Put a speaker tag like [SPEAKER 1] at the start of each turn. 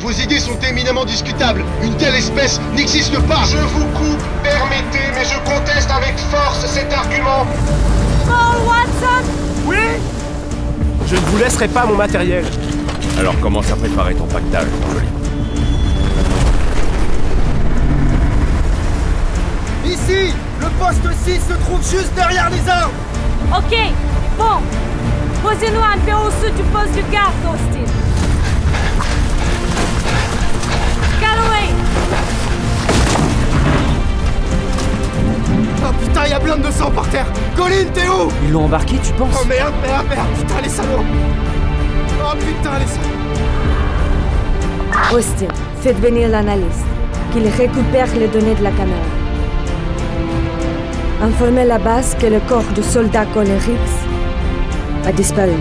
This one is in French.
[SPEAKER 1] Vos idées sont éminemment discutables. Une telle espèce n'existe pas.
[SPEAKER 2] Je vous coupe, permettez, mais je conteste avec force cet argument.
[SPEAKER 3] Paul Watson
[SPEAKER 4] Oui Je ne vous laisserai pas mon matériel.
[SPEAKER 5] Alors commence à préparer ton pactage, mon joli.
[SPEAKER 6] Ici Le poste 6 se trouve juste derrière les arbres
[SPEAKER 3] Ok, bon. Posez-nous un peu au-dessus du poste de garde, Austin. Galloway,
[SPEAKER 6] Oh putain, y'a plein de sang par terre Colin, t'es où
[SPEAKER 7] Ils l'ont embarqué, tu penses
[SPEAKER 6] Oh merde, merde, merde Putain, les salauds Oh putain, les salauds
[SPEAKER 8] Austin, faites venir l'analyste, qu'il récupère les données de la caméra. Informez la base que le corps du soldat Colin Rix a disparu.